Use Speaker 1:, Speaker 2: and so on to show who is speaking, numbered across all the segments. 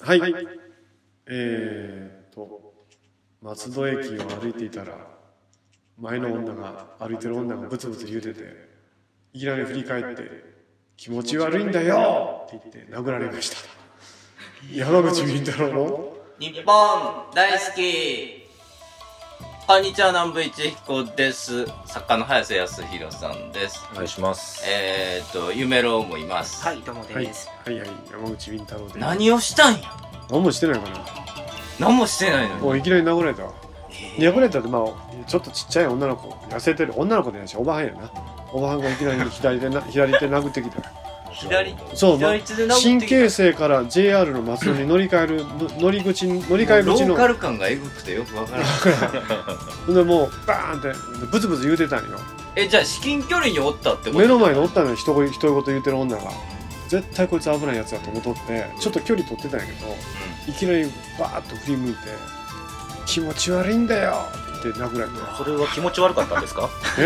Speaker 1: はい、えー、と松戸駅を歩いていたら前の女が歩いてる女がブツブツ言うてていきなり振り返って「気持ち悪いんだよ!」って言って殴られました山口み太郎の
Speaker 2: 日本大好きこんにちは南部一彦です作家の早瀬康弘さんです
Speaker 3: お願いします。
Speaker 2: えー、っと夢郎もいます、
Speaker 4: はい、どうも
Speaker 1: はい
Speaker 4: です。
Speaker 1: はいはい山口み太郎で
Speaker 2: 何をしたんや
Speaker 1: 何もしてないかな
Speaker 2: 何もしてないのに
Speaker 1: おいいきなり殴られたわ殴られたってまあちょっとちっちゃい女の子痩せてる女の子でないしおばはんやなおばはんがいきなり左手な左手殴ってきた
Speaker 2: 左
Speaker 1: そうまあ
Speaker 2: 左手で殴っ
Speaker 1: 神
Speaker 2: てき
Speaker 1: 経
Speaker 2: た
Speaker 1: 性から JR の松戸に乗り換えるの乗り口に乗り換え
Speaker 2: ロ
Speaker 1: 口
Speaker 2: ー
Speaker 1: の
Speaker 2: カル感がエグくてよく わからない
Speaker 1: ほんでもうバーンってブツブツ言うてたんよ
Speaker 2: えじゃあ至近距離におったってこと
Speaker 1: 目の前におったのよ一言一言言うてる女が絶対こいつ危ないやつだと思っとってちょっと距離取ってたんやけど、いきなりバーッと振り向いて「気持ち悪いんだよ」って殴られ
Speaker 3: それは気持ち悪かったんですか？
Speaker 1: た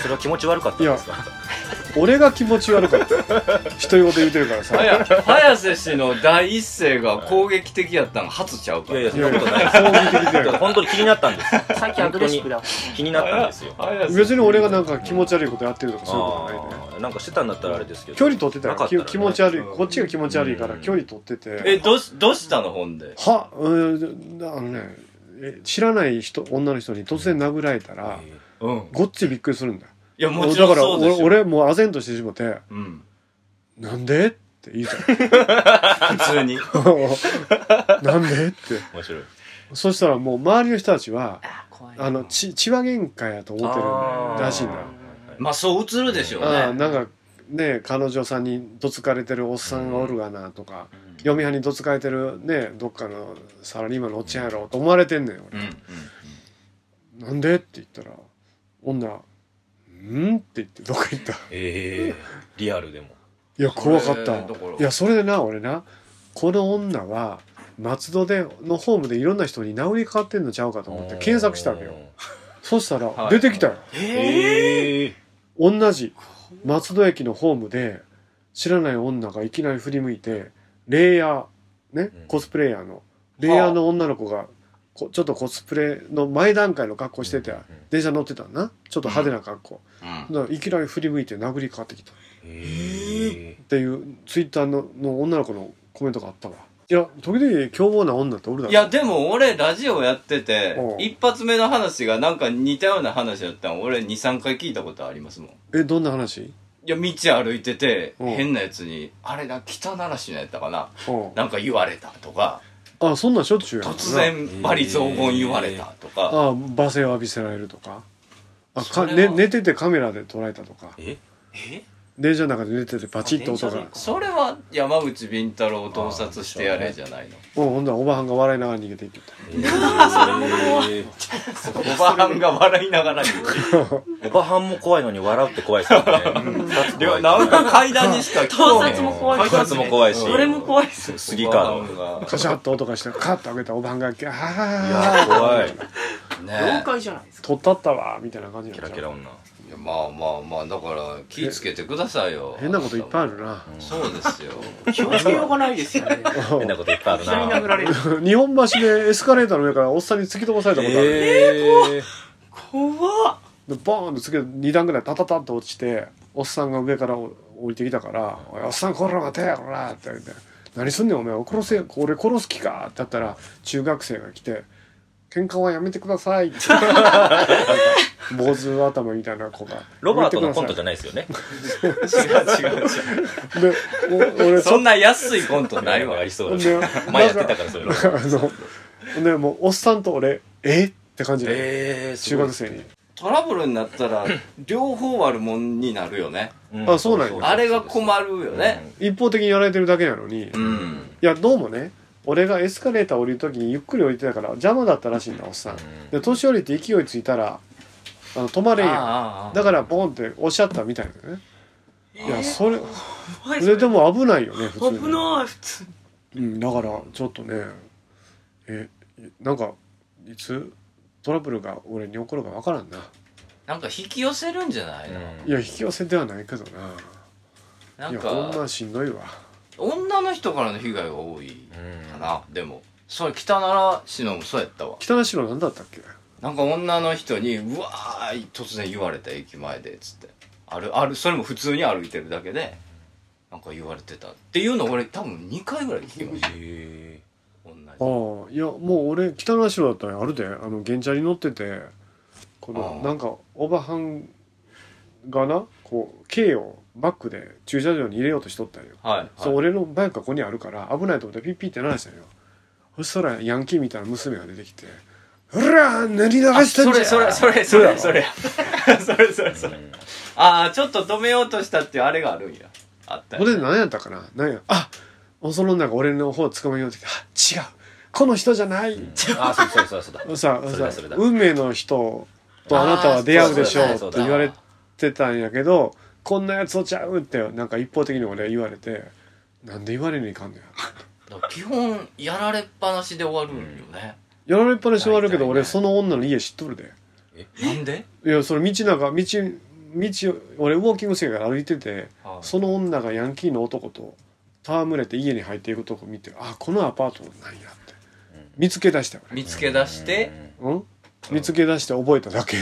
Speaker 3: それは気持ち悪かったんですか？
Speaker 1: え俺が気持ち悪かった独り言言うてるからさ
Speaker 2: 早早瀬氏の第一声が攻撃的やったの初ちゃうか
Speaker 3: いや
Speaker 2: ら
Speaker 3: いやそ
Speaker 1: い
Speaker 3: ん
Speaker 1: や
Speaker 3: ないこ
Speaker 1: や
Speaker 3: とな
Speaker 1: そう
Speaker 3: いで
Speaker 1: 見てきて
Speaker 3: す。だから本当に気になったんです。
Speaker 4: さっきアグレッシブだ。
Speaker 3: 気になったんですよ。
Speaker 2: 早瀬
Speaker 1: 別に俺がなんか気持ち悪いことやってるとかそういうことはないね
Speaker 3: ああなんかしてたんだったらあれですけど。
Speaker 1: 距離取ってたよ
Speaker 3: なかったらね
Speaker 1: 気気持ち悪いこっちが気持ち悪いから距離取ってて、
Speaker 2: えどうしどうしたのほんで
Speaker 1: はうんあのねえ知らない人女の人に突然殴られたら、
Speaker 2: うん
Speaker 1: ごっちびっくりするんだよ
Speaker 2: いやもちろん
Speaker 1: だから
Speaker 2: そうでしょ
Speaker 1: 俺俺もう唖然としてしもて
Speaker 2: うん
Speaker 1: 「なんで?」って言うた
Speaker 3: 普通に。
Speaker 1: よ なんでって
Speaker 3: 面白い。
Speaker 1: そしたらもう周りの人たちは
Speaker 4: あ、怖い。
Speaker 1: あのち血は喧嘩やと思って
Speaker 3: あ
Speaker 1: る
Speaker 3: ー
Speaker 1: らしいんだよ
Speaker 2: まあそう映るでしょうね
Speaker 1: ああなんかね彼女さんにどつかれてるおっさんがおるがなとか、嫁はんにどつかれてるねどっかのサラリーマンのおっちゃんやろと思われてんねん
Speaker 2: うん
Speaker 1: 俺
Speaker 2: うんうん
Speaker 1: なんでって言ったら女「ん?」って言ってどっか行った
Speaker 3: ええリアルでも。
Speaker 1: いや怖かった
Speaker 2: えーどころ
Speaker 1: いやそれでな俺なこの女は松戸でのホームでいろんな人に殴りかかってんのちゃうかと思って検索したわけよそしたら
Speaker 2: はい
Speaker 1: 出てきたよ、
Speaker 3: ええ。
Speaker 1: 同じ松戸駅のホームで知らない女がいきなり振り向いてレイヤーね
Speaker 3: うん
Speaker 1: コスプレイヤーのレイヤーの女の子がこちょっとコスプレの前段階の格好してて
Speaker 3: うん
Speaker 1: 電車乗ってたんなちょっと派手な格好
Speaker 2: うん
Speaker 1: だからいきなり振り向いて殴りかかってきたっ
Speaker 3: え
Speaker 1: ていうツイッターのの女の子のコメントがあったわいや時々凶暴な女っておるだろ
Speaker 2: いやでも俺ラジオやってて
Speaker 1: うん
Speaker 2: 一発目の話がなんか似たような話だったん俺23回聞いたことありますもんい
Speaker 1: えどんな話
Speaker 2: や道歩いてて
Speaker 1: うん
Speaker 2: 変なやつにあれな北ならしのやったかな
Speaker 1: うん
Speaker 2: なんか言われたとか
Speaker 1: あそんなんしょっちゅうやもんな
Speaker 2: 突然罵詈雑言言われたとか
Speaker 1: あ罵声を浴びせられるとかあか
Speaker 2: それ
Speaker 1: ね
Speaker 2: は
Speaker 1: 寝ててカメラで捉えたとか
Speaker 3: え。
Speaker 2: え
Speaker 1: 電車の中で寝ててパチッと音が
Speaker 3: あ電
Speaker 1: う
Speaker 3: 車
Speaker 1: ん
Speaker 3: で
Speaker 2: それは山口敏太郎を盗撮してやれじゃないの
Speaker 1: ほんならおばはんが笑いながら逃げていきよった
Speaker 3: ええ
Speaker 2: おばはんが笑いながら言う
Speaker 3: おばはんも怖いのに笑うって怖いですよね。二つ
Speaker 2: いや
Speaker 3: 怖い
Speaker 2: なんか階段にしか聞こ えへん
Speaker 4: 盗撮も怖い
Speaker 3: 二つも怖いし。
Speaker 4: それも怖いです。
Speaker 3: 杉川
Speaker 2: お
Speaker 3: の。
Speaker 2: ばはんが
Speaker 1: カシャッと音がしてカッと開けたおばはんが「ギャ
Speaker 3: いや
Speaker 1: ー
Speaker 3: 怖い。
Speaker 2: ね
Speaker 4: 妖怪じゃないですか。
Speaker 1: 取ったったわ」みたいな感じに
Speaker 3: キ
Speaker 1: な
Speaker 3: ラ
Speaker 1: っ
Speaker 3: キ
Speaker 1: ちゃ
Speaker 3: ラ
Speaker 1: う
Speaker 3: 女。
Speaker 2: いやまあまあまあだから気ぃつけてくださいよ
Speaker 1: 変なこといっぱいあるな
Speaker 2: そうですよ
Speaker 4: 気をつけようがないですよね。
Speaker 3: 変なこといっぱいある
Speaker 4: 人に
Speaker 3: な
Speaker 4: 殴。られる。
Speaker 1: 日本橋でエスカレーターの上からおっさんに突き飛ばされたことある、
Speaker 3: ええ
Speaker 4: 怖っ。
Speaker 1: でボーンと突き2段ぐらいタタタッと落ちておっさんが上から降りてきたから「おいおっさんこら待てやこら」って言って「何すんねんお前を殺せ俺殺す気か」って言ったら中学生が来て「喧嘩はやめてください」って 坊主頭みたいな子が
Speaker 3: ロバートのコントじ
Speaker 1: ゃ
Speaker 3: ゃないですよね。
Speaker 2: 違う違う違う
Speaker 1: でお俺
Speaker 2: そんな安いコントないわ
Speaker 3: ありそ
Speaker 1: ほん
Speaker 3: う
Speaker 1: で
Speaker 3: だ。前やってたからそういうの。
Speaker 1: あのほんでもうおっさんと俺「えっ?」て感じで
Speaker 3: ええ
Speaker 1: 中学生に
Speaker 2: トラブルになったら両方悪者になるよね
Speaker 1: あそうなんや
Speaker 2: あれが困るよね
Speaker 1: 一方的にやられてるだけなのに
Speaker 2: うん
Speaker 1: いやどうもね俺がエスカレーター降りる時にゆっくり降りてたから邪魔だったらしいんだおっさんで年寄りって勢いついたらあの止まれんや
Speaker 2: ああ
Speaker 1: ん
Speaker 2: あ
Speaker 1: だからボンっておっしゃったみたいなねいやそれ
Speaker 4: 怖い
Speaker 1: そ
Speaker 4: です
Speaker 1: れ
Speaker 4: ね
Speaker 1: でも危ないよね普通に
Speaker 4: 危ない、普通。
Speaker 1: うんだからちょっとねえなんかいつトラブルが俺に起こるかわからんな
Speaker 2: あなんか引き寄せるんじゃないの
Speaker 1: いや引き寄せではないけどない
Speaker 2: なん
Speaker 1: やほん
Speaker 2: か
Speaker 1: ましんどいわ
Speaker 2: 女の人からの被害が多い
Speaker 3: うん
Speaker 2: かな、でもそれ北奈良市のもそうやったわ
Speaker 1: 北梨の何だったっけ
Speaker 2: なんか女の人にうわーい突然言われた駅前でつってあるあるそれも普通に歩いてるだけでなんか言われてたっていうのを俺多分2回ぐらい聞きました
Speaker 3: へ
Speaker 2: 同じ
Speaker 1: ああいやもう俺北梨だったらあるであの原チャリ乗っててこの
Speaker 2: ああ
Speaker 1: なんかおばはんがなこう軽をバックで駐車場に入れようとしとったんよ、
Speaker 2: はい、はい、
Speaker 1: そう俺のバイクがここにあるから危ないと思ってピッピッて鳴らしたんよそしたらヤンキーみたいな娘が出てきて「ほら何流
Speaker 2: あ
Speaker 1: してんじ
Speaker 2: そ
Speaker 1: ゃん!」
Speaker 2: れそれそれそれそ れそれそれそれああちょっと止めようとしたっていうあれがあるんやあった
Speaker 1: ほ
Speaker 2: よ
Speaker 1: んで何やったかな何やあ恐の中俺の方を捕まえようときて「あ違うこの人じゃない!」
Speaker 3: ーあそうそうそうそうだ
Speaker 1: さ
Speaker 3: それ
Speaker 1: さ
Speaker 3: だそれだ
Speaker 1: 運命の人とあなたは出会うでしょう
Speaker 3: あー
Speaker 1: っ
Speaker 3: そう
Speaker 1: て
Speaker 3: だそうだ
Speaker 1: 言われてたんやけどこんなやつをちゃうってなんか一方的に俺言われてなんで言われにいかんのや
Speaker 2: だから基本やられっぱなしで終わるんよね、
Speaker 1: やられっぱなしはあるけど
Speaker 2: 大体ね
Speaker 1: 俺その女の家知っとるで
Speaker 2: なんで
Speaker 1: いやそれ道なんか道道俺ウォーキングしてから歩いてて
Speaker 2: あ
Speaker 1: その女がヤンキーの男と戯れて家に入っていくとこ見てあこのアパートなんやって見つけ出したよ
Speaker 2: 見つけ出して
Speaker 1: 俺うん見つけ出して覚えただ け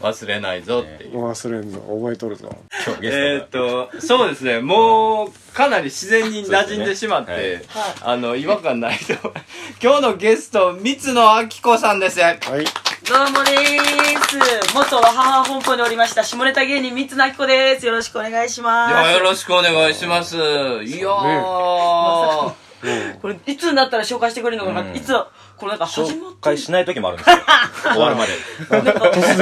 Speaker 2: 忘れないぞっていう、
Speaker 1: 忘れんぞ覚えとるぞ
Speaker 3: 今日ゲ
Speaker 2: えー
Speaker 3: ス
Speaker 2: っとそうですねもうかなり自然に馴染んでしまって、
Speaker 3: そうで
Speaker 4: はい
Speaker 2: あの違和感ないと 今日のゲスト三野明子さんです
Speaker 1: はい
Speaker 5: どうもでーす元は母本舗におりました下ネタ芸人三つなきこですよろしくお願いし
Speaker 2: いやよ
Speaker 5: ま
Speaker 2: ろしくお願いします。いやー、
Speaker 1: うん
Speaker 5: すこれいつになったら紹介してくれるのかな、
Speaker 3: うん
Speaker 5: いつだこれなんか
Speaker 3: ト
Speaker 5: 始まっ
Speaker 3: 紹介しない時もあるん ですよ終わるまで
Speaker 1: 突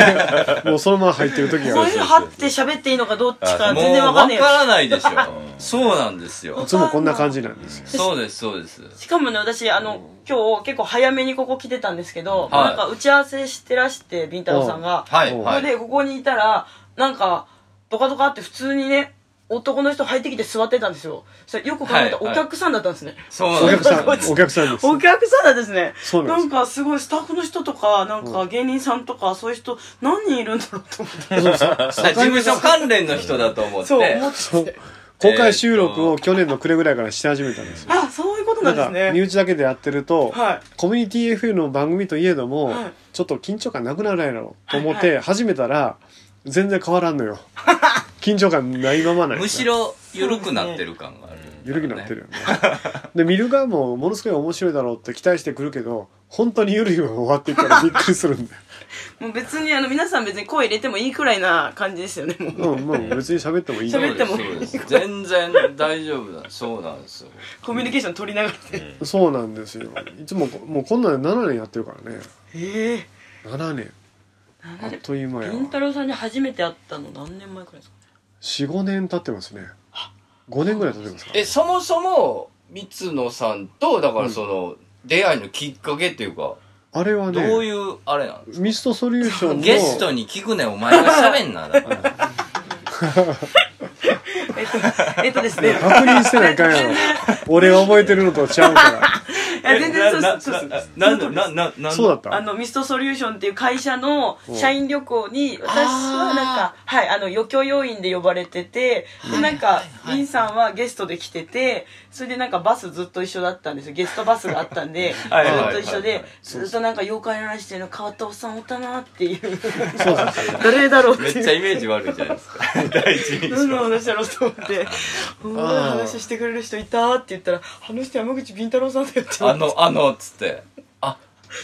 Speaker 1: 然もうそのまま入ってる時があ
Speaker 5: 声
Speaker 1: る
Speaker 5: 張って喋っていいのかどっち
Speaker 3: あ
Speaker 5: か
Speaker 2: も
Speaker 5: 全然
Speaker 2: う
Speaker 5: わかん
Speaker 2: わ
Speaker 5: ねえ
Speaker 2: からないでしょ
Speaker 3: う。ん
Speaker 2: そうなんですよ
Speaker 1: い。つもこんな感じなんですよ
Speaker 2: そうです、そうです。
Speaker 5: しかもね私あの今日結構早めにここ来てたんですけど、
Speaker 2: い
Speaker 5: なんか打ち合わせしてらしてビンタロウさんが、
Speaker 2: はい、
Speaker 1: うん
Speaker 5: そ
Speaker 2: は
Speaker 5: れ
Speaker 2: い。
Speaker 5: でここにいたらなんかドカドカって普通にね男の人入ってきて座ってたんですよそれよく考えた
Speaker 2: はい
Speaker 5: らお客さんだったんですね、
Speaker 2: そう
Speaker 1: お
Speaker 2: なんで
Speaker 1: 客
Speaker 2: す
Speaker 1: さんお
Speaker 2: よ。
Speaker 1: 客さんです
Speaker 5: お客さんなんですね。
Speaker 1: そうなん
Speaker 5: な
Speaker 1: です
Speaker 5: んかすごいスタッフの人とか、なんか芸人さんとか、そういう人、何人いるんだろうと思って。
Speaker 2: 事務所関連の人だと思って。
Speaker 5: そう思っ
Speaker 1: そう公開収録を去年の暮れぐらいからし始めたんですよ
Speaker 5: あ、そういうことな
Speaker 1: なんん
Speaker 5: です
Speaker 1: か
Speaker 5: ね。
Speaker 1: 身内だけでやってると
Speaker 5: はい。
Speaker 1: コミュニティ FA の番組といえども
Speaker 5: はい
Speaker 1: ちょっと緊張感なくならないやろと思っ
Speaker 5: はい
Speaker 1: て始めたら全然変わらんの よ緊張感ないままない
Speaker 2: むしろ、緩くなってる感がある。
Speaker 1: ゆるくなってるよねで見る側もものすごい面白いだろうって期待してくるけど本当にゆるいまま終わっていくからびっくりする んだよ
Speaker 5: もう別に、あの、皆さん別に声入れてもいいくらいな感じですよね、もう。
Speaker 1: うんもう別に喋ってもいいよ
Speaker 5: 喋って
Speaker 2: そ
Speaker 5: も
Speaker 2: うですそうです全然大丈夫だ。そうなんですよ。
Speaker 5: コミュニケーション取りながらね。
Speaker 1: そうなんですよいつもこもうこんなんで7年やってるからね
Speaker 5: ええ。
Speaker 1: 7年あっという間や
Speaker 5: りんたろうさんに初めて会ったの何年前くら いですか
Speaker 1: 45年経ってますね5年ぐらい経ってますか
Speaker 2: え、そもそも、三野さんと、だからその、出会いのきっかけっていうか、
Speaker 1: あれは
Speaker 2: どう
Speaker 1: ね
Speaker 2: いう、あれなんです
Speaker 1: ミストソリューション
Speaker 2: か
Speaker 1: の
Speaker 2: ゲストに聞くねん、お前が喋んな。 だから
Speaker 5: えっと、えっとですね。い
Speaker 1: 確認してないかんや ろ俺が覚えてるのとちゃうか
Speaker 5: や、全然そうそうそう。
Speaker 2: な、な、な、な、な
Speaker 1: らそうだっ
Speaker 5: あ
Speaker 1: た
Speaker 5: のミストソリューションっていう会社の社員旅行に私はなんかはいあの余興要員で呼ばれててでなんかリンさんはゲストで来ててそれでなんかバスずっと一緒だったんですよゲストバスがあったんで ず
Speaker 2: はいはいはい
Speaker 5: っと一緒でずっとなんか妖怪の話してるの変わったおっさんおったなっていう誰だろうって
Speaker 2: めっ
Speaker 5: い
Speaker 2: ちゃ
Speaker 5: う。
Speaker 2: イメージ悪いじゃないです か。第一印
Speaker 5: 何の
Speaker 2: 象。
Speaker 5: 話だろうと思って「こんな話してくれる人いた」って言ったら「あの人山口敏太郎さんだよ」って言わ
Speaker 2: あ
Speaker 5: れて
Speaker 2: の、あの、つって。あ、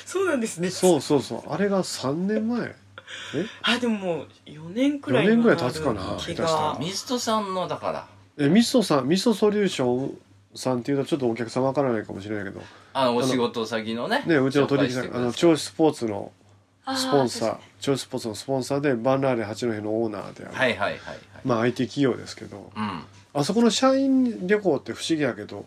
Speaker 5: そうなんですね
Speaker 1: そうそうそうあれが3年前
Speaker 5: あでももう4年くらい
Speaker 1: 4年くらい
Speaker 5: には
Speaker 1: 経つかな
Speaker 5: る気
Speaker 1: 下手した
Speaker 5: が
Speaker 1: ら
Speaker 2: ミストさんの、だから、
Speaker 1: えミストさんミストソリューションさんっていうとちょっとお客様わからないかもしれないけど
Speaker 2: あの、お仕事先のね。
Speaker 1: ねうちの取引
Speaker 2: 紹介して
Speaker 1: 先
Speaker 2: く
Speaker 1: あ
Speaker 2: だ
Speaker 1: の
Speaker 2: さ
Speaker 1: 銚子スポーツのスポンサ
Speaker 5: あ
Speaker 1: ー銚子スポーツのスポンサーでバンラーレ八戸のオーナーである、
Speaker 2: いはいはいはいはい。
Speaker 1: まあ IT 企業ですけど
Speaker 2: うん。
Speaker 1: あそこの社員旅行って不思議やけ ど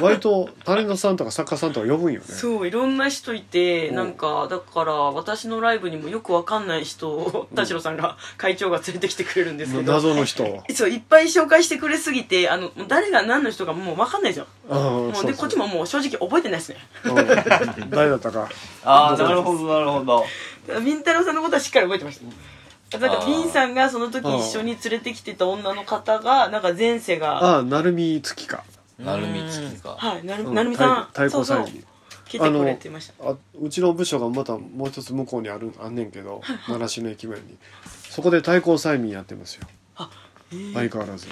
Speaker 1: 割とタレントさんとか作家さんとか呼ぶんよね
Speaker 5: そういろんな人いて
Speaker 1: うん
Speaker 5: なんかだから私のライブにもよくわかんない人を田代さんが会長が連れてきてくれるんですけど
Speaker 1: 謎の 人は
Speaker 5: そういっぱい紹介してくれすぎてあの誰が何の人かもうわかんないですよ
Speaker 1: ああ
Speaker 5: もう
Speaker 1: そうそう
Speaker 5: でこっちももう正直覚えてないですね
Speaker 1: うん誰だったか
Speaker 2: ああ、なるほど、なるほど。
Speaker 5: みんたろうさんのことはしっかり覚えてましたなんかビンさんがその時一緒に連れてきてた女の方がなんか前世が
Speaker 1: ああ鳴海月か
Speaker 2: なるみつきか
Speaker 5: はいなる
Speaker 1: うん
Speaker 5: なるみさん
Speaker 1: 太鼓
Speaker 5: そ
Speaker 1: 太
Speaker 5: う
Speaker 1: 鼓
Speaker 5: そう
Speaker 1: 祭り
Speaker 5: 来てくれてました
Speaker 1: あうちの部署がまたもう一つ向こうにあるあんねんけど習志野駅前にそこで対抗催眠やってますよ
Speaker 5: えー
Speaker 1: 相変わらず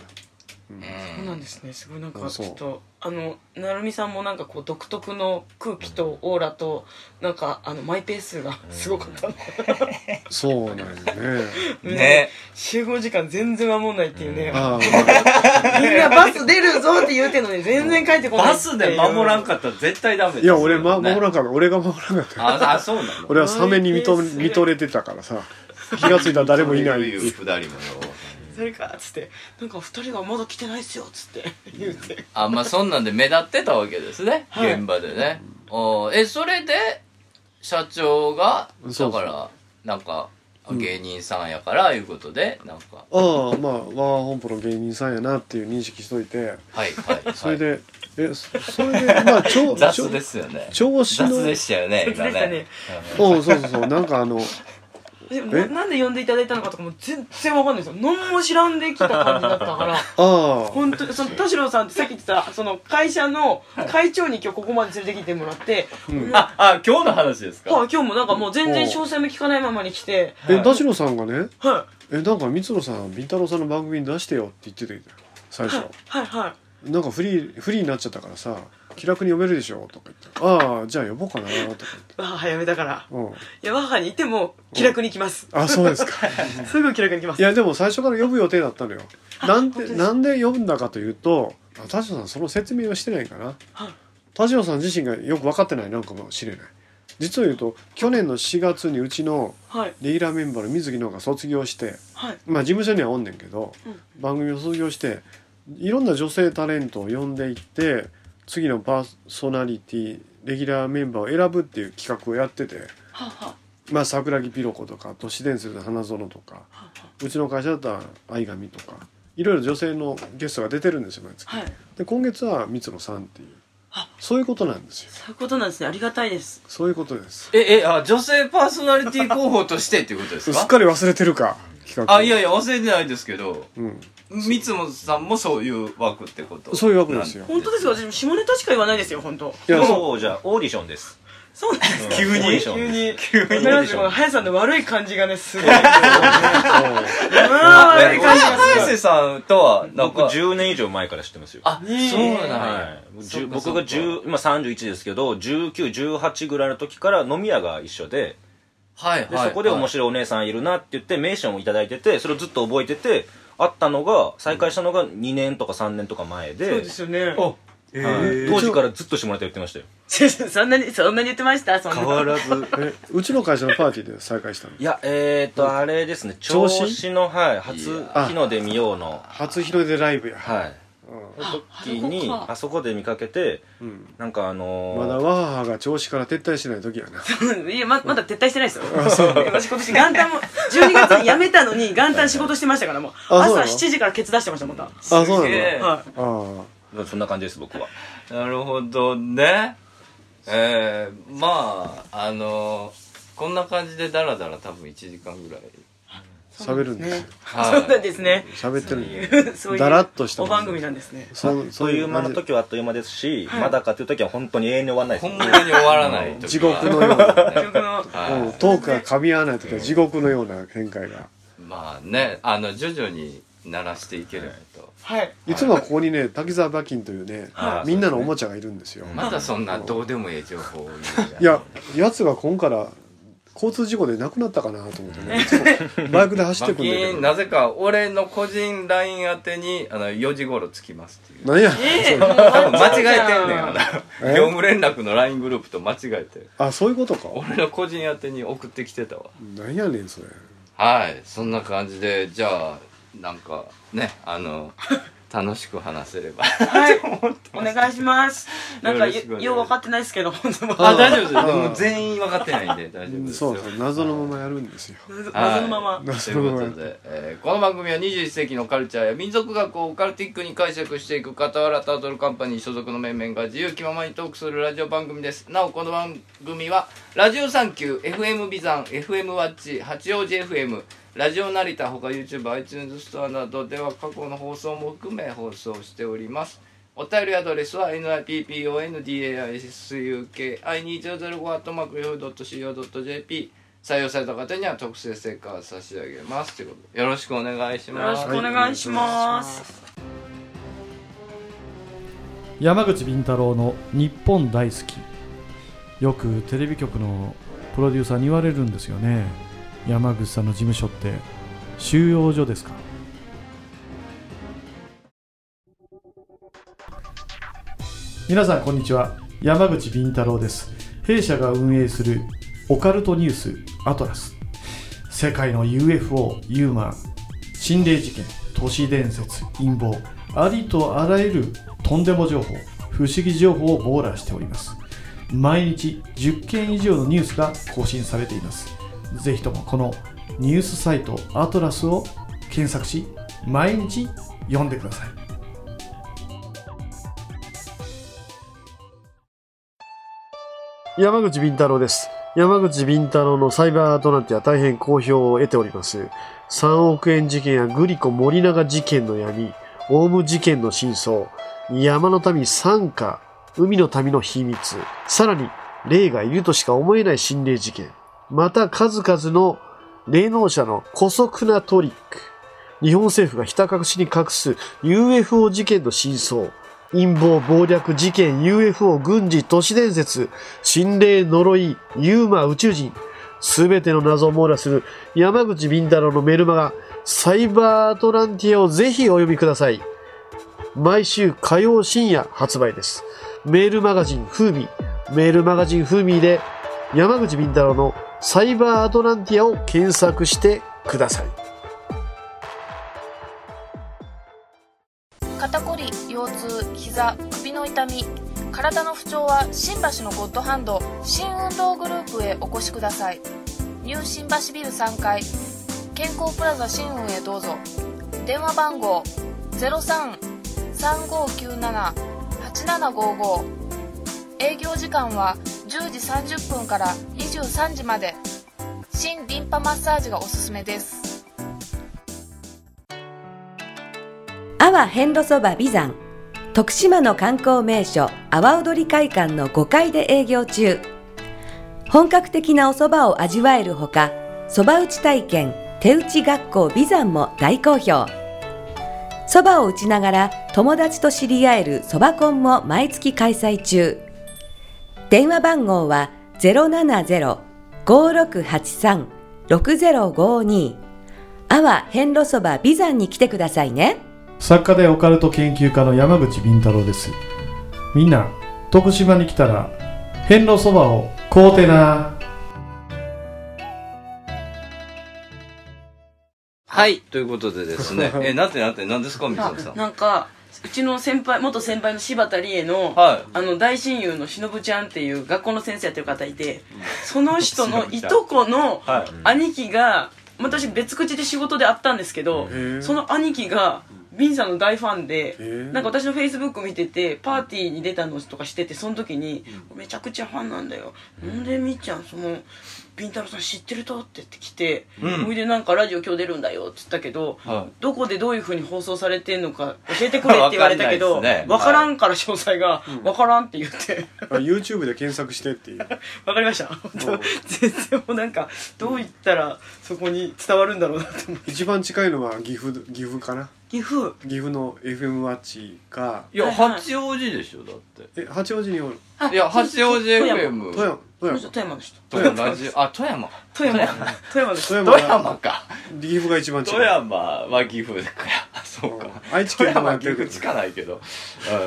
Speaker 2: うん
Speaker 5: そうなんですねすごいなんか
Speaker 1: あ
Speaker 5: ち
Speaker 1: そう
Speaker 5: ょっとあのなるみさんもなんかこう独特の空気とオーラとなんかあのマイペースがすごかったな
Speaker 1: そうなんよね
Speaker 2: ね
Speaker 5: 集合時間全然守んないっていうね
Speaker 1: あ
Speaker 5: みんなバス出るぞって言うてんのに全然帰ってこない
Speaker 2: バスで守らんかったら絶対ダ
Speaker 1: あ
Speaker 2: メです
Speaker 1: いや俺、ま、守ら
Speaker 2: ん
Speaker 1: んかった俺が守らんかった
Speaker 2: ああそうなの
Speaker 1: 俺はサメに見と
Speaker 5: マイペース
Speaker 1: 見とれてたからさ気がついたら誰もいない
Speaker 2: いうくだりもよ
Speaker 5: それかっつってなんか二人がまだ来てないっすよっつって言うて
Speaker 2: あまあそんなんで目立ってたわけですね、
Speaker 5: はい
Speaker 2: 現場でねおーえそれで社長が
Speaker 1: そ
Speaker 2: だ
Speaker 1: うそう
Speaker 2: からなんか
Speaker 1: ん
Speaker 2: 芸人さんやからいうことでなんか
Speaker 1: ああまあワー本舗の芸人さんやなっていう認識しといて
Speaker 2: はいはい、はい、
Speaker 1: それで、えそそれでまあ調
Speaker 2: 雑ですよね
Speaker 1: 調子の
Speaker 2: 雑でしたよね今
Speaker 5: 雑で
Speaker 2: ね
Speaker 1: おうそうそうそうなんか あの
Speaker 5: でもなんで呼んでいただいたのかとかも全然わかんないですよ何も知らんで来た感じだった から
Speaker 1: ああ
Speaker 5: 本当にその田代さんってさっき言ってたその会社の会長に今日ここまで連れてきてもらって、
Speaker 1: うん
Speaker 2: ああ今日の話ですか
Speaker 5: あ今日もなんかもう全然詳細も聞かないままに来て
Speaker 1: え田代さんがね
Speaker 5: は
Speaker 1: えなんか三野さんビンタロウさんの番組に出してよって言ってたよ最 初
Speaker 5: いはいはい
Speaker 1: なんかフリーフリーになっちゃったからさ気楽に読めるでしょとか言ってああじゃあ呼ぼうかなとか言って
Speaker 5: わあ早めだから
Speaker 1: うん
Speaker 5: いや我が母にいても気楽に行きます、
Speaker 1: あそうですか
Speaker 5: すぐ気楽に行きま
Speaker 1: い
Speaker 5: す
Speaker 1: やでも最初から呼ぶ予定だったのよなん
Speaker 5: 本当
Speaker 1: で
Speaker 5: です
Speaker 1: なんで呼んだかというとあ田代さんその説明をしてないかな
Speaker 5: はい
Speaker 1: 田代さん自身がよく分かってないのかもしれない実を言うと去年の4月にうちの
Speaker 5: はい
Speaker 1: レギュラーメンバーの水木の方が卒業して
Speaker 5: はい
Speaker 1: まあ事務所にはおんねんけど、
Speaker 5: う
Speaker 1: 番組を卒業していろんな女性タレントを呼んでいって次のパーソナリティレギュラーメンバーを選ぶっていう企画をやってて、
Speaker 5: はあは
Speaker 1: まあ、桜木ピロコとか都市伝説の花園とか
Speaker 5: あはあ
Speaker 1: うちの会社だったら相上とかいろいろ女性のゲストが出てるんですよ毎月
Speaker 5: はい
Speaker 1: で今月は三野さんっていう
Speaker 5: あ
Speaker 1: そういうことなんですよ
Speaker 5: そういうことなんですねありがたいです
Speaker 1: そういうことです
Speaker 2: ええあ女性パーソナリティ候補としてっていうことですす
Speaker 1: っ
Speaker 2: か
Speaker 1: かり忘れてるか企画
Speaker 2: あいやいや忘れてないですけど
Speaker 1: うん
Speaker 2: 三つさんもそういう枠ってこと
Speaker 1: そういう枠ですよ
Speaker 5: 本当ですよ私も下ネタしか言わないですよ本当
Speaker 1: いやそ
Speaker 3: もうじゃあオーディションです
Speaker 5: そうなんですか
Speaker 2: 急
Speaker 3: オ
Speaker 2: に
Speaker 3: ーディション
Speaker 5: 急
Speaker 3: です
Speaker 5: に
Speaker 3: 急に
Speaker 5: なのでこの早さんの悪い感じがねすごいうわー悪い感じがす
Speaker 2: 早瀬さんとはなん
Speaker 3: 僕
Speaker 2: か
Speaker 3: 10年以上前から知ってますよ
Speaker 2: あそうなんや
Speaker 3: はい、
Speaker 2: そっかそっ
Speaker 3: 10
Speaker 2: か
Speaker 3: 僕が10今31ですけど1918ぐらいの時から飲み屋が一緒で
Speaker 2: はい
Speaker 3: で
Speaker 2: はい
Speaker 3: そこで面
Speaker 2: い
Speaker 3: 白いお姉さんいるなって言って名刺をいただいててそれをずっと覚えてて会ったのが再会したのが2年とか3年とか前
Speaker 5: ごいそう
Speaker 3: で
Speaker 5: ですよね
Speaker 2: お
Speaker 3: はい当時からずっと下ネタ言ってましたよ
Speaker 5: そんなにそんなに言ってましたそんな
Speaker 3: 変わらず
Speaker 1: えうちの会社のパーティーで再会したの
Speaker 3: いやえーとあれですね
Speaker 1: 調
Speaker 3: 調
Speaker 1: 子
Speaker 3: 子のはい初
Speaker 1: あ
Speaker 3: 日の出見ようの
Speaker 1: 初日の出ライブや、
Speaker 3: は
Speaker 1: う
Speaker 3: い
Speaker 1: ん
Speaker 5: あ
Speaker 3: 時に
Speaker 5: あそこか
Speaker 3: あそこで見かけて
Speaker 1: うん、
Speaker 3: なんかあのー
Speaker 1: まだワーハーが調子から撤退してない時やな
Speaker 5: いやままだ撤退してないですよ私今年元旦も12月に辞めたのに元旦仕事してましたからもう
Speaker 1: あそう
Speaker 5: 朝
Speaker 1: なの
Speaker 5: 7時からケツ出してましたまた
Speaker 1: あそうなの
Speaker 2: ええ
Speaker 5: は
Speaker 1: あ
Speaker 3: そんな感じです僕は
Speaker 2: なるほどねえー、まああのこんな感じでダラダラ多分1時間ぐらい
Speaker 1: あ喋るんですよ
Speaker 5: いそうなんですね
Speaker 1: 喋ってるんで
Speaker 5: そういう
Speaker 1: だらっとした
Speaker 5: お番組なんですね
Speaker 1: そう
Speaker 3: そういう間の時はあっという間ですし、まだかという時は本当に永遠に終わらないで
Speaker 2: ほ
Speaker 3: す
Speaker 2: んまに終わらない時
Speaker 1: 地獄のような
Speaker 5: 結局
Speaker 2: は
Speaker 5: の
Speaker 1: うん
Speaker 2: い
Speaker 1: トークが噛み合わない時は地獄のような展開が
Speaker 2: まあねあの徐々に鳴らしていければと
Speaker 5: はい
Speaker 1: いつもはここにね滝沢馬琴というね
Speaker 3: はい
Speaker 1: みんなのおもちゃがいるんですよ
Speaker 2: まだそんなどうでもいい情報を言うじゃん
Speaker 1: いややつが今から交通事故で亡くなったかなと思ってねいつもバイクで走ってくんだ け
Speaker 2: マキ
Speaker 1: ど
Speaker 2: なぜか俺の個人 LINE 宛てにあの4時頃着きますっていう
Speaker 1: 何や
Speaker 5: ええ
Speaker 2: 多分間違えてんねんあ の
Speaker 1: え
Speaker 2: 業務連絡の LINE グループと間違えて
Speaker 1: あそういうことか
Speaker 2: 俺の個人宛てに送ってきてたわ
Speaker 1: 何やねんそれ
Speaker 2: はいそんな感じでじゃあなんかねあ の楽しく話せれば
Speaker 5: はい、お願いします。なんか
Speaker 2: よろしくお願いします
Speaker 5: よ、よう分かってないですけど、本当
Speaker 2: あ
Speaker 1: あ
Speaker 2: 大丈夫ですで
Speaker 1: あ
Speaker 2: も全員分かってないんで大丈夫です
Speaker 1: そうそう謎のま
Speaker 2: ま
Speaker 1: まやるんですよ
Speaker 5: 謎のまま。
Speaker 2: ということで、えーこの番組は21世紀のカルチャーや民族学をオカルティックに解釈していく傍らタートルカンパニー所属の面々が自由気ままにトークするラジオ番組ですなおこの番組はラジオサンキュー FM ビザン FM ワッチ八王子 FM ラジオ成田ほか YouTube、iTunes ストアなどでは過去の放送も含め放送しております。お便りアドレスは nippondaisuki2005-yahoo.co.jp 採用された方には特製ステッカーを差し上げます。ということで、よろしくお願いし
Speaker 5: よろ
Speaker 2: ま
Speaker 5: し
Speaker 2: す。
Speaker 5: くお願いします。
Speaker 6: 山口敏太郎の日本大好きよくテレビ局のプロデューサーに言われるんですよね山口さんの事務所って収容所ですか皆さんこんにちは山口敏太郎です弊社が運営するオカルトニュースアトラス世界の UFO ユーマン心霊事件都市伝説陰謀ありとあらゆるとんでも情報不思議情報を網羅しております毎日10件以上のニュースが更新されていますぜひともこのニュースサイトアトラスを検索し毎日読んでください
Speaker 1: 山口敏太郎です。山口敏太郎のサイバーアトランティア大変好評を得ております。3億円事件やグリコ森永事件の闇、オウム事件の真相、山の民参加、海の民の秘密、さらに霊がいるとしか思えない心霊事件、また数々の霊能者の古速なトリック、日本政府がひた隠しに隠す UFO 事件の真相、陰謀、暴略、事件、UFO、軍事、都市伝説、心霊、呪い、ユーマ、宇宙人、すべての謎を網羅する山口敏太郎のメルマガ、サイバーアトランティアをぜひお読みください。毎週火曜深夜発売です。メールマガジンフーミー、メールマガジンフーミーで山口敏太郎のサイバーアトランティアを検索してください。
Speaker 7: 肩こり腰痛膝首の痛み体の不調は新橋のゴッドハンド新運動グループへお越しくださいニュー新橋ビル3階健康プラザ新運へどうぞ電話番号0335978755営業時間は10時30分から23時まで新リンパマッサージがおすすめです
Speaker 8: 阿波遍路そば美山徳島の観光名所阿波踊り会館の5階で営業中本格的なお蕎麦を味わえるほか蕎麦打ち体験手打ち学校美山も大好評蕎麦を打ちながら友達と知り合える蕎麦コンも毎月開催中電話番号は070-5683-6052阿波遍路そば美山に来てくださいね
Speaker 6: 作家でオカルト研究家の山口敏太郎ですみんな徳島に来たら遍路そばを買うてな
Speaker 2: はい、ということでですね、え、なんてなんて、なんですか、水野さん。
Speaker 5: なんかうちの先輩元先輩の柴田理恵の、
Speaker 2: はい
Speaker 5: あの大親友のしのぶちゃんっていう学校の先生やってる方いて、その人のいとこの
Speaker 3: はい
Speaker 5: 兄貴が、まあ私別口で仕事で会ったんですけど、その兄貴がビンさんの大ファンで、なんか私のフェイスブック見ててパーティーに出たのとかしててその時に、めちゃくちゃファンなんだよ、なんでみっちゃんそのビンタロウさん知ってるとって言ってきて、
Speaker 2: うん
Speaker 5: ほいでなんかラジオ今日出るんだよって言ったけど、
Speaker 2: はい
Speaker 5: どこでどういうふうに放送されてんのか教えてくれって言われたけど
Speaker 2: わかん
Speaker 5: わ
Speaker 2: ないですね
Speaker 5: からんから詳細がわからんって言って
Speaker 1: YouTube で検索してっていう。
Speaker 5: わかりました本当全然もうなんかどう言ったらそこに伝わるんだろうなと思って
Speaker 1: 一番近いのは岐阜、岐阜かな。
Speaker 5: 岐阜
Speaker 1: 岐阜の FM ワッチが、
Speaker 2: いや、
Speaker 5: はいはい
Speaker 2: 八王子でしょ、だって。
Speaker 1: え、八王子におる。
Speaker 2: いや、八王子
Speaker 5: 富山
Speaker 2: FM。
Speaker 1: 富山、富
Speaker 5: 富
Speaker 1: 山。
Speaker 5: 山の人
Speaker 2: 富山ラジオあ、富山。
Speaker 5: 富山富山の人
Speaker 1: 富
Speaker 2: 富
Speaker 1: 山
Speaker 2: 山
Speaker 1: が、
Speaker 2: か。
Speaker 1: 岐阜が一番近い。
Speaker 2: 富山は岐阜だから。そうか。
Speaker 1: 愛知
Speaker 2: 富
Speaker 1: 県でも
Speaker 2: 山
Speaker 1: や
Speaker 2: は
Speaker 1: って
Speaker 2: 岐
Speaker 1: るけ
Speaker 2: 阜
Speaker 1: ど
Speaker 2: つかないけど。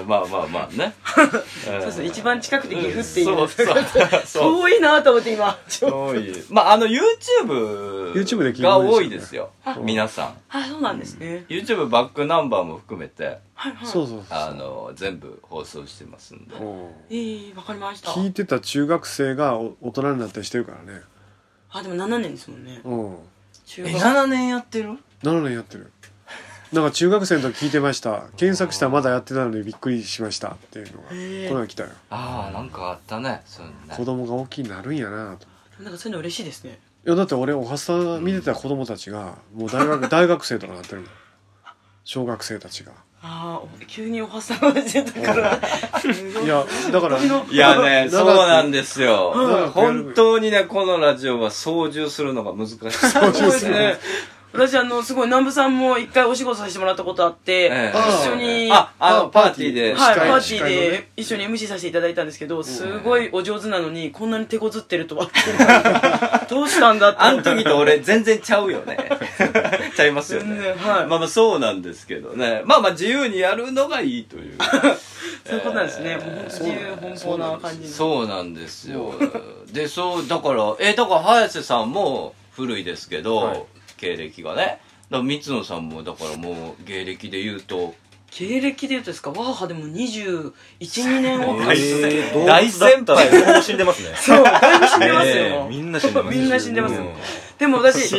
Speaker 2: うんまあまあまあね。 そう
Speaker 5: そうそう一番近くて岐阜っていう
Speaker 2: そうそう。そう。
Speaker 5: 遠いなと思って今ちょ
Speaker 2: 多い。まああの YouTube
Speaker 1: YouTube で岐阜ですよ
Speaker 2: が
Speaker 1: ね
Speaker 2: 多いですよ。皆さん。
Speaker 5: あそうなんですね
Speaker 2: YouTube バックナンバーも含めて、
Speaker 1: そうそうそう
Speaker 2: あの、全部放送してますんで。
Speaker 1: うん
Speaker 5: えー、わかりました
Speaker 1: 聞いてた中学生がお大人になったりしてるからね。
Speaker 5: あでも7年ですもんね
Speaker 1: うん。
Speaker 5: 中
Speaker 2: え、
Speaker 5: 学
Speaker 2: 7年やってる
Speaker 1: 7年やってる。なんか中学生の時聞いてました。検索したらまだやってたのにびっくりしましたっていうのが、こ
Speaker 5: へえ
Speaker 1: の間来たよ。
Speaker 2: ああ、なんかあったね。そういうのね
Speaker 1: 子供が大きいなるんやなと。
Speaker 5: なんかそういうの嬉しいですね
Speaker 1: いやだって俺おはスタ見てた子供たちがもう大学大学生とかなってるもん小学生たちが
Speaker 5: ああ急におはさまし てたからすごい
Speaker 1: いやだから
Speaker 2: いやね、
Speaker 1: 長
Speaker 2: そ
Speaker 1: く
Speaker 2: うなんですよ
Speaker 1: 長。くやる
Speaker 2: 本当にね、このラジオは操縦するのが難しい。操
Speaker 1: 縦するの
Speaker 2: ね。
Speaker 5: 私あのすごい南部さんも一回お仕事させてもらったことあって、
Speaker 2: ええ
Speaker 5: 一緒に
Speaker 2: あ、あ
Speaker 1: あ
Speaker 2: の、パーティーで。
Speaker 5: は
Speaker 1: 司
Speaker 5: い、パ
Speaker 1: 会
Speaker 5: ーティー
Speaker 1: 司会の
Speaker 5: で
Speaker 1: ね
Speaker 5: 一緒に MC させていただいたんですけど、すごいお上手なのに、こんなに手こずってるとは。 どうしたんだって。
Speaker 2: あの時と俺全然ちゃうよね。ちゃいますよ
Speaker 5: 全
Speaker 2: ね
Speaker 5: 然、。はい。
Speaker 2: まあまあそうなんですけどね。まあまあ自由にやるのがいいという。
Speaker 5: そういうことなんですね。もう本当自由奔放な感じう。
Speaker 2: そうなんですよ。で、そう、だから、え、だから、早瀬さんも古いですけど、経歴がね。だから、三野さんも、だからもう、芸歴で言うと、
Speaker 5: 経歴で言うとですか、わーはでも21、2年を
Speaker 2: 大先輩
Speaker 3: えー大先輩もう死んでますね
Speaker 5: そう、だいぶ死んでます
Speaker 3: え
Speaker 5: よ。
Speaker 3: ーみんな死んでます
Speaker 5: みんな死んでます
Speaker 3: う
Speaker 5: でも 私、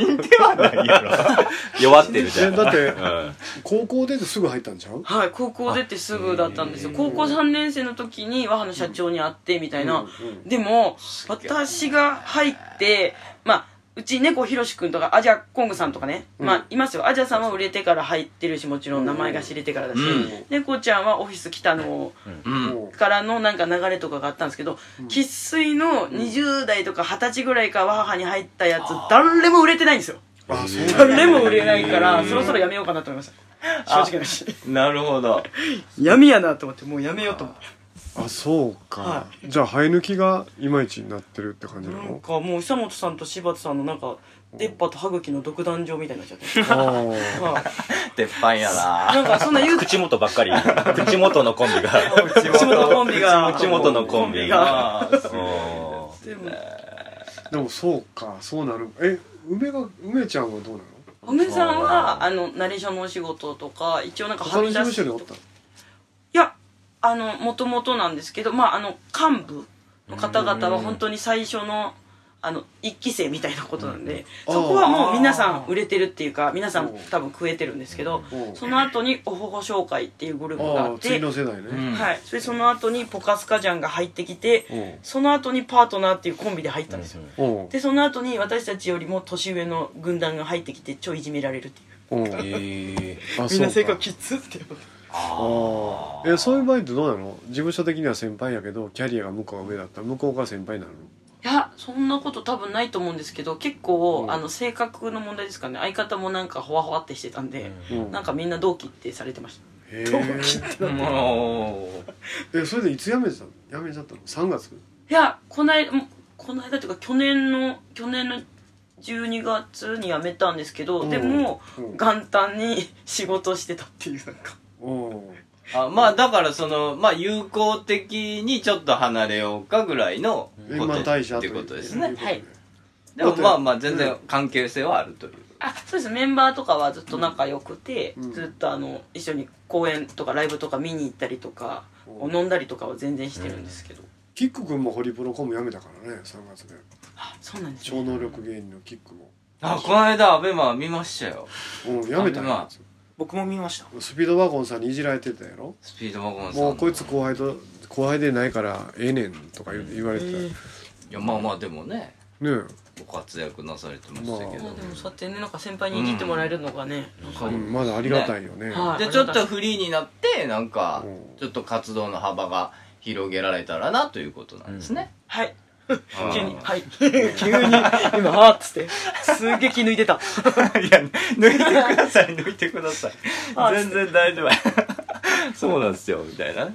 Speaker 3: 弱ってるじゃ
Speaker 1: え
Speaker 3: ん
Speaker 1: だって
Speaker 3: うん
Speaker 1: 高校出てすぐ入ったんちゃう
Speaker 5: はい、高校出てすぐだったんですよ。高校3年生の時に和葉の社長に会ってみたいな。でも、私が入って、まあ、うち猫ひろしくんとか、アジャコングさんとかね、まあ、いますよ。アジャさんは売れてから入ってるし、もちろん名前が知れてからだし、
Speaker 2: うん
Speaker 5: 猫ちゃんはオフィス来たの
Speaker 2: うん。
Speaker 1: も
Speaker 5: からのなんか流れとかがあったんですけど、生粋の20代とか20歳ぐらいから和葉に入ったやつ、誰も売れてないんですよ。
Speaker 1: うあそうなん
Speaker 5: 誰も売れないから、そろそろやめようかなと思いました。正直な話。
Speaker 2: なるほど。
Speaker 5: 闇やなと思ってもうやめようと思って
Speaker 1: あそうか、
Speaker 5: は
Speaker 1: じゃあ生え抜きがいまいちになってるって感じな
Speaker 5: なん
Speaker 1: の
Speaker 5: かもう久本さんと柴田さんのなんか出っ歯と歯茎の独壇場みたいになっちゃ って
Speaker 1: あ
Speaker 5: はい
Speaker 2: 鉄板やな
Speaker 5: なんかそんな言う
Speaker 3: 口元ばっか り口元のコンビが
Speaker 5: 口元コンビが
Speaker 3: 口元のコンビが
Speaker 2: あー
Speaker 5: でも
Speaker 1: あでもそうかそうなるえ梅が梅ちゃんはどうなの
Speaker 5: 梅さんはあのナレーションのお仕事とか一応なんか
Speaker 1: 他の事
Speaker 5: 張
Speaker 1: 務
Speaker 5: り出し
Speaker 1: 所に
Speaker 5: と
Speaker 1: お
Speaker 5: か
Speaker 1: ったの
Speaker 5: いやあのもともとなんですけどまああの幹部の方々は本当に最初のあの一期生みたいなことなんで
Speaker 1: う
Speaker 5: そ
Speaker 1: ん
Speaker 5: こはもう皆さん売れてるっていうか皆さん多分食えてるんですけど
Speaker 1: うん
Speaker 5: その後におほほ紹介っていうグループが
Speaker 1: あ
Speaker 5: あ
Speaker 1: あ
Speaker 5: って
Speaker 1: 次の世代ね、
Speaker 5: はい、それでその後にポカスカジャンが入ってきて、
Speaker 1: うん
Speaker 5: その後にパートナーっていうコンビで入ったんですよ、
Speaker 1: うんうん
Speaker 5: でその後に私たちよりも年上の軍団が入ってきてちょいいじめられるっていう
Speaker 1: あ
Speaker 4: みんな
Speaker 1: そう
Speaker 4: 性
Speaker 1: か
Speaker 4: 格きつって
Speaker 1: ああえそういう場合ってどうなの事務所的には先輩やけどキャリアが向こうが上だったら向こうが先輩なの
Speaker 5: いやそんなこと多分ないと思うんですけど結構、あの性格の問題ですかね相方もなんかほわほわってしてたんで、
Speaker 1: うん
Speaker 5: なんかみんな同期ってされてました
Speaker 1: へえ
Speaker 2: もう
Speaker 1: えそれでいつ辞めてたの辞めちゃったの3月
Speaker 5: いやこないもうこの間っていうか去年の去年の12月に辞めたんですけど、
Speaker 1: うん
Speaker 5: でも、
Speaker 1: うん
Speaker 5: 元旦に 仕事してたっていうなんか
Speaker 1: うん
Speaker 2: あまあだからそのまあ友好的にちょっと離れようかぐらいの
Speaker 1: 円
Speaker 2: こと
Speaker 1: 満退社
Speaker 2: ってことですね
Speaker 1: とうこと
Speaker 5: はい
Speaker 2: でもまあまあ全然関係性はあるという
Speaker 5: あそうですメンバーとかはずっと仲良くて、
Speaker 1: うん
Speaker 5: ずっとあの一緒に公演とかライブとか見に行ったりとか、
Speaker 1: うん
Speaker 5: 飲んだりとかは全然してるんですけど、
Speaker 1: キック君もホリプロコム辞めたからね3月で
Speaker 5: あそうなんです
Speaker 1: 超
Speaker 5: ね
Speaker 1: 能力芸人のキックも
Speaker 2: あこの間アベマ見ましたよ
Speaker 1: うん辞めた
Speaker 2: あま
Speaker 1: や
Speaker 4: 僕も見ました
Speaker 1: スピードワゴンさんにいじられてたやろ
Speaker 2: スピードワゴンさんの
Speaker 1: もうこいつ後輩と後輩でないからええねんとか言う言われてたね
Speaker 2: いやまあまあでもね
Speaker 1: え
Speaker 2: ご活躍なされてましたけ
Speaker 5: まあ
Speaker 2: ど
Speaker 5: でもそうやってねなんか先輩にいじってもらえるのがね、なんか
Speaker 1: うんまだありがたいよね
Speaker 5: はい
Speaker 2: でちょっとフリーになってなんか
Speaker 1: うん
Speaker 2: ちょっと活動の幅が広げられたらなということなんですね、
Speaker 5: はい
Speaker 2: うん
Speaker 5: 急に はい急に今はっつってすげえ気抜いてた
Speaker 2: いや、抜いてください、抜いてください。
Speaker 5: あ
Speaker 2: 全然大 丈夫。そうなんですよ、みたいなね。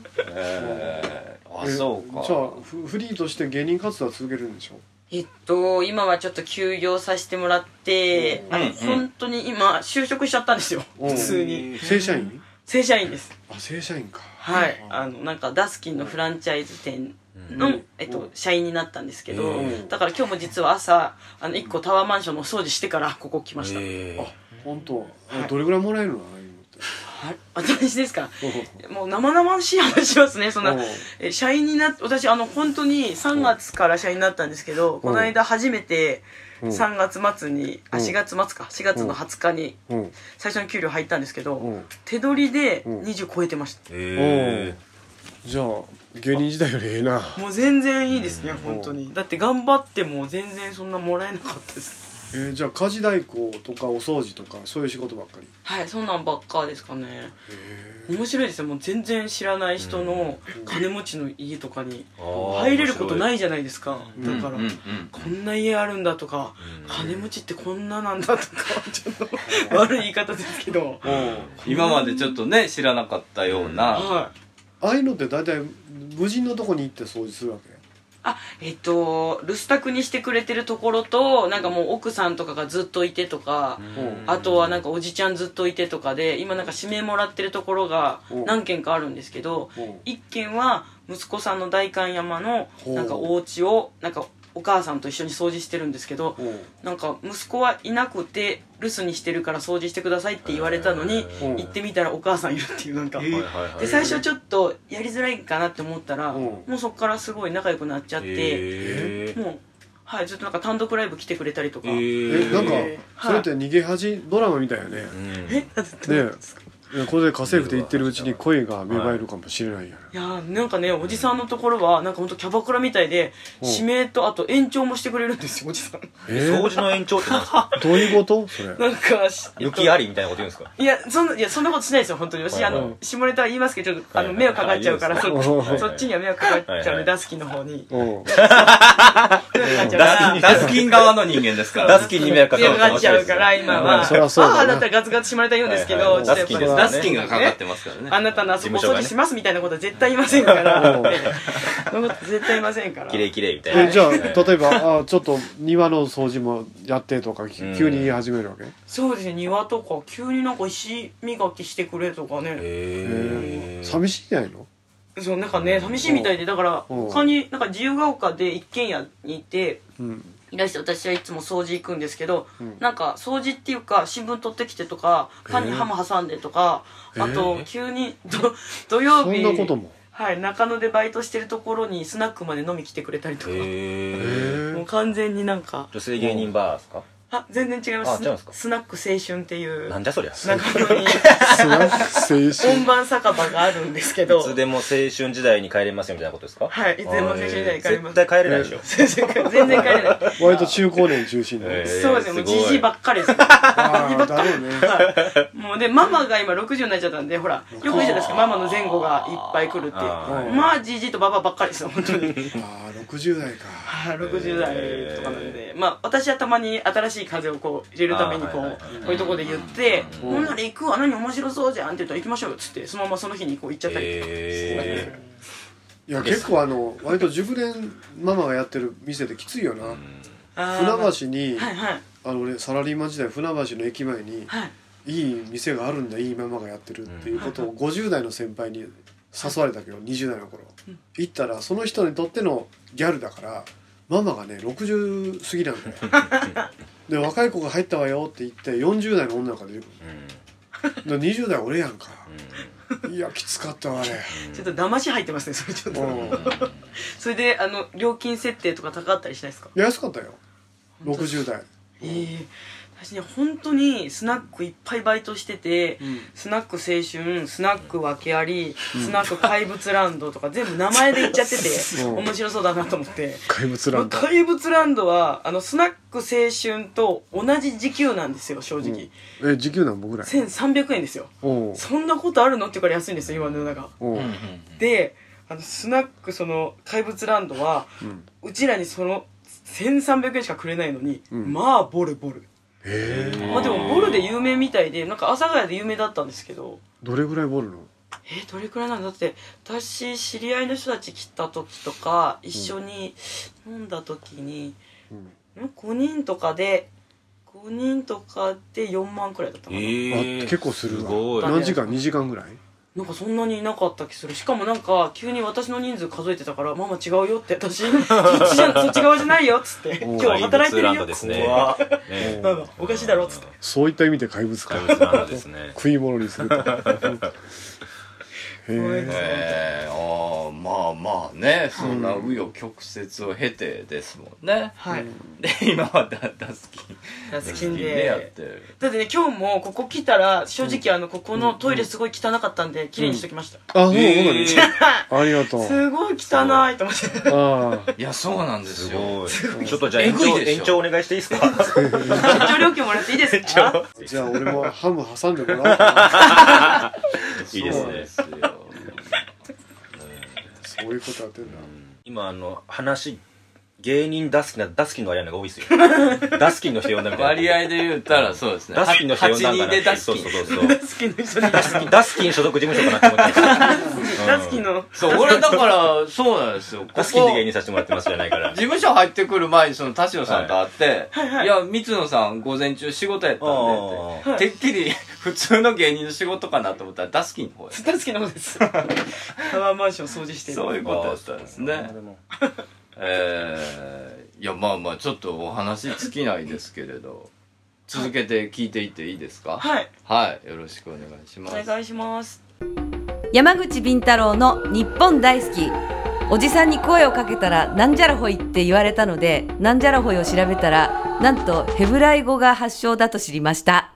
Speaker 2: えーあ、
Speaker 1: え
Speaker 2: そうか。
Speaker 1: じゃあフフリーとして芸人活動は続けるんでしょ
Speaker 5: えっと今はちょっと休業させてもらって、
Speaker 2: うん
Speaker 5: あの
Speaker 2: うん
Speaker 5: 本当に今就職しちゃったんですよ
Speaker 1: 普
Speaker 4: 通に
Speaker 1: 正社員
Speaker 5: 正社員です
Speaker 1: あ正社員か
Speaker 5: はい、あのなんかダスキンのフランチャイズ店の、
Speaker 1: うん
Speaker 5: えっ
Speaker 1: うん
Speaker 5: と、社員になったんですけど、
Speaker 1: うん
Speaker 5: だから今日も実は朝あの1個タワーマンションのお掃除してからここ来ました、
Speaker 1: あ本当。あどれぐらいもらえるのああいうのって
Speaker 5: はい私ですかもう生々しい話しますねそんな
Speaker 1: うん
Speaker 5: え社員になっ私あの本当に3月から社員になったんですけどこの間初めて
Speaker 1: うん
Speaker 5: 3月末にあ
Speaker 1: うん
Speaker 5: 4月末か4月の20日に
Speaker 1: うん
Speaker 5: 最初の給料入ったんですけど
Speaker 1: うん
Speaker 5: 手取りで
Speaker 1: うん
Speaker 5: 20超えてました
Speaker 1: えじゃあ芸人時代よりええな
Speaker 5: もう全然いいですね本当にだって頑張っても全然そんなもらえなかったです
Speaker 1: えーじゃあ家事代行とかお掃除とかそういう仕事ばっかり
Speaker 5: はいそんなんばっかですかね面白いですよもう全然知らない人の金持ちの家とかに入れることないいじゃないですかだから、
Speaker 2: うんうん
Speaker 5: こんな家あるんだとか、金持ちってこんななんだとかちょっ と悪い言い方ですけど
Speaker 2: 今までちょっとね知らなかったような、
Speaker 5: はい
Speaker 1: ああいうのって大体無人のとこに行って掃除するわけ
Speaker 5: あえっと留守宅にしてくれてるところとなんかもう奥さんとかがずっといてとか、
Speaker 1: うん
Speaker 5: あとはなんかおじちゃんずっといてとかで今なんか指名もらってるところが
Speaker 1: うん
Speaker 5: 何軒かあるんですけど
Speaker 1: うん
Speaker 5: 一軒は息子さんの代官山の
Speaker 1: ほう
Speaker 5: なんかお家をなんかお母さんと一緒に掃除してるんですけど
Speaker 1: うん
Speaker 5: なんか息子はいなくて留守にしてるから掃除してくださいって言われたのに
Speaker 1: うん
Speaker 5: 行ってみたらお母さんいるっていうなんか。
Speaker 2: はいはいはい
Speaker 5: で最初ちょっとやりづらいかなって思ったら、
Speaker 1: うん
Speaker 5: もうそこからすごい仲良くなっちゃって、
Speaker 2: え
Speaker 5: もう、はい、ずっとなんか単独ライブ来てくれたりとか、
Speaker 1: えなんか
Speaker 5: えー
Speaker 1: それって逃げ恥ドラマみたいやね
Speaker 5: えなんて
Speaker 1: ねえいやこれで家政婦で言ってるうちに声が芽生えるかもしれないやん
Speaker 5: いやーなんかねおじさんのところはなんかほんとキャバクラみたいで
Speaker 1: うん
Speaker 5: 指名とあと延長もしてくれるんですよおじさん
Speaker 1: え
Speaker 3: 掃
Speaker 1: ー
Speaker 3: 除の延長ってなんですか
Speaker 1: どういうことそれ
Speaker 5: なんかし
Speaker 3: 抜きありみたいなこと言うんですか
Speaker 5: いやそんないやそんなことしないですよ本当に私あ
Speaker 3: はいは
Speaker 5: の下ネタは言いますけどちょっとあ
Speaker 3: は
Speaker 5: の
Speaker 3: い
Speaker 5: 迷惑かかっちゃうから
Speaker 3: あいい
Speaker 5: そ
Speaker 1: ですね
Speaker 5: そっちには迷惑かかっちゃう
Speaker 3: は
Speaker 5: ん
Speaker 3: い
Speaker 5: でダスキンの方に
Speaker 1: うん
Speaker 5: 迷惑かかっちゃうか
Speaker 3: ダス
Speaker 5: ら
Speaker 3: キン
Speaker 2: ダスキン側の人間ですから
Speaker 3: ダスキンに迷惑か
Speaker 5: 強く
Speaker 3: か
Speaker 5: なっ
Speaker 3: る
Speaker 5: ちゃうから今
Speaker 1: ま
Speaker 5: は
Speaker 1: あそりゃそうだな
Speaker 5: 母だったらガツガツしまれた言うんですけ
Speaker 3: はいは
Speaker 5: ど
Speaker 3: い
Speaker 5: ちょっとやっぱり
Speaker 3: ダ
Speaker 2: ダ
Speaker 3: ス
Speaker 2: ス
Speaker 3: キン
Speaker 2: キン
Speaker 3: が
Speaker 2: が
Speaker 5: か
Speaker 2: か
Speaker 5: か
Speaker 2: かっ
Speaker 5: っ
Speaker 2: ててますからね
Speaker 5: あなたのあそこ
Speaker 3: 事務所
Speaker 5: 掃
Speaker 3: が
Speaker 5: 除
Speaker 3: ね
Speaker 5: しますみたいなことは絶対言いませんから
Speaker 1: うん
Speaker 5: ってそんなこと絶対言いませんから
Speaker 3: きれいきれいみたいな
Speaker 1: えじゃあ例えばあちょっと庭の掃除もやってとかき
Speaker 3: うん
Speaker 1: 急に言い始めるわけ
Speaker 5: そうですね庭とか急になんか石磨きしてくれとかね
Speaker 1: えー寂しいんじゃないの
Speaker 5: そうなんかね寂しいみたいでだから
Speaker 1: うん
Speaker 5: 他になんか自由が丘で一軒家にいて
Speaker 1: うん
Speaker 5: いらして私はいつも掃除行くんですけど、
Speaker 1: うん
Speaker 5: なんか掃除っていうか新聞取ってきてとかパンにハム挟んでとか、あと急にど土曜
Speaker 1: そん
Speaker 5: 日
Speaker 1: なことも
Speaker 5: はい、中野でバイトしてるところにスナックまで飲み来てくれたりとか、もう完全になんか
Speaker 3: 女性芸人バーですか
Speaker 5: あ全然違います
Speaker 3: あ違うんですか
Speaker 5: スナック青春っていう
Speaker 3: な
Speaker 5: 中
Speaker 3: んじゃそりゃい
Speaker 5: 野に
Speaker 1: すごい青
Speaker 5: 本
Speaker 1: 春
Speaker 5: 番酒場があるんですけど
Speaker 3: つでも青春時代に帰れますよみたいなことですか
Speaker 5: はいいつでも青春時代に帰れます
Speaker 3: 絶対帰れないでしょ
Speaker 5: 全然帰れない
Speaker 1: 割と中高年中心だね
Speaker 3: えー
Speaker 5: そうですねもう
Speaker 3: すごい
Speaker 5: じじいばっかりです
Speaker 1: ああだろうね
Speaker 5: もうでママが今60になっちゃったんでほらよく言うじゃないですかママの前後がいっぱい来るって
Speaker 3: あ
Speaker 1: ー
Speaker 5: まあじじいとばばばっかりですよ本当に
Speaker 1: ああ60代か
Speaker 5: はい60代とかなんで、まあ私はたまに新しい風をこう入れるためにこう、
Speaker 3: あーはいはい
Speaker 5: こういうとこで言って「
Speaker 1: う
Speaker 5: ほ、
Speaker 1: ん
Speaker 5: んなら行くわ何面白そうじゃん」って言ったら「行きましょうよ」っつってそのままその日にこう行っちゃったりとか、
Speaker 3: え
Speaker 1: いや結構あの割と熟年ママがやってる店できついよな
Speaker 5: あー
Speaker 1: 船橋に
Speaker 5: はいはい
Speaker 1: あの俺サラリーマン時代船橋の駅前に
Speaker 5: はい
Speaker 1: いい店があるんだいいママがやってるっていうことを50代の先輩に誘われたけど20代の頃行ったらその人にとってのギャルだからママがね60過ぎなんだよ で若い子が入ったわよって言って40代の女の子が出てくるで20代俺やんかいやきつかったわあれ
Speaker 5: ちょっと騙し入ってますねそれちょっと、
Speaker 1: う
Speaker 5: それであの料金設定とか高かったりしないですか
Speaker 1: ん安かったよ60代
Speaker 5: ええ私ね本当にスナックいっぱいバイトしてて、スナック青春スナック訳あり、スナック怪物ランドとか全部名前で言っちゃってて
Speaker 1: うん
Speaker 5: 面白そうだなと思って
Speaker 1: 怪物ランド
Speaker 5: 怪物ランドはあのスナック青春と同じ時給なんですよ正直、
Speaker 1: え時給何本ぐらい
Speaker 5: 1300円ですよ
Speaker 1: おう
Speaker 5: そんなことあるのって言うから安いんですよ今の世の中
Speaker 1: おう
Speaker 5: であのスナックその怪物ランドは、うちらにその1300円しかくれないのに、まあボルボル
Speaker 1: ええ
Speaker 5: まあでもボルで有名みたいでなんか阿佐ヶ谷で有名だったんですけど
Speaker 1: どれぐらいボールの
Speaker 5: えーどれくらいなんだだって私知り合いの人たち来た時とか一緒に飲んだ時に、ん5人とかで5人とかで4万くらいだったかな、
Speaker 1: あ結構する
Speaker 3: すご
Speaker 1: わ
Speaker 3: い
Speaker 1: 何時間2時間ぐらい
Speaker 5: なんかそんなにいなかった気するしかもなんか急に私の人数数えてたから「ママ違うよ」って「私そっちじゃそっち側じゃないよ」っつって「
Speaker 1: お
Speaker 5: 今日働い
Speaker 3: 怪物
Speaker 5: てる
Speaker 3: ランド
Speaker 5: よ」
Speaker 3: です
Speaker 5: っつっ
Speaker 3: ね
Speaker 5: て
Speaker 3: 怖
Speaker 1: う
Speaker 3: ね
Speaker 1: ん
Speaker 5: ママおかしいだろ」っつって
Speaker 1: そういった意味で怪物か
Speaker 3: 怪物ランドですね
Speaker 1: 食い物にするとへえ
Speaker 2: えー、あーまあまあねそんな紆余曲折を経てですもんね、
Speaker 5: はい
Speaker 2: で今はダダスキン
Speaker 5: ダスキン
Speaker 2: やっ
Speaker 5: で
Speaker 2: てる
Speaker 5: だってね今日もここ来たら正直あのここのトイレすごい汚かったんで綺麗にしときました、
Speaker 1: あそう
Speaker 2: えー
Speaker 1: ほんとにありがとう
Speaker 5: すごい汚いと思って
Speaker 1: ああ
Speaker 2: いやそうなんです
Speaker 3: す
Speaker 2: よ
Speaker 3: ごい。ちょっとじゃあ延
Speaker 2: え
Speaker 3: 長
Speaker 2: ぐいでしょ
Speaker 3: 延長お願いしていいです か。
Speaker 5: 出張料金もらっていいですか
Speaker 1: じゃあ俺もハム挟んでもらおうかない
Speaker 3: いですね。
Speaker 2: そうなんですよ
Speaker 1: そういうことやってんだ
Speaker 3: 今あの話芸人ダスキンなダスキンの割合の方が多いですよ。 ダスキンの人呼んだみたいな。
Speaker 2: 割合で言ったらそうですね
Speaker 3: ダスキンの人呼んだん
Speaker 2: 8
Speaker 3: か
Speaker 2: 人で
Speaker 3: な。
Speaker 2: ダス
Speaker 3: そ
Speaker 2: キ
Speaker 3: う
Speaker 2: ン
Speaker 3: そうそうそう。
Speaker 5: ダスキンの人に
Speaker 3: ダスキンダスキン所属事務所かなって思ってま
Speaker 5: ダスキンの
Speaker 2: そう俺だからそうなんですよこ
Speaker 3: す。
Speaker 2: こ
Speaker 3: ダスキンで芸人させてもらってますじゃないから
Speaker 2: 事。務所入ってくる前にその田代さんと会って、いや三野さん午前中仕事やったんで
Speaker 5: あ
Speaker 2: っ
Speaker 5: ー
Speaker 2: ててっきり普通の芸人の仕事かなと思ったらダスキンの方や
Speaker 5: ダスキンの方です タワーマンション掃除してる
Speaker 2: そういうことやったんですねえー、いやまあまあちょっとお話尽きないですけれど続けて聞いていっていいですか
Speaker 5: はい
Speaker 2: はいよろしくお願いします
Speaker 5: お願いします
Speaker 8: 山口敏太郎の日本大好きおじさんに声をかけたらなんじゃらほいって言われたのでなんじゃらほいを調べたらなんとヘブライ語が発祥だと知りました